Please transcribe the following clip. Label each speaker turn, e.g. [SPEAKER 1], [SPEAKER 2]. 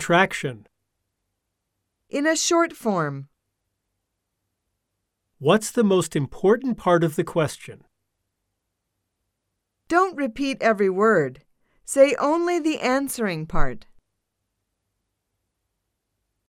[SPEAKER 1] Contraction.
[SPEAKER 2] In a short form,
[SPEAKER 1] What's the most important part of the question?
[SPEAKER 2] don't repeat every word. Say only the answering part.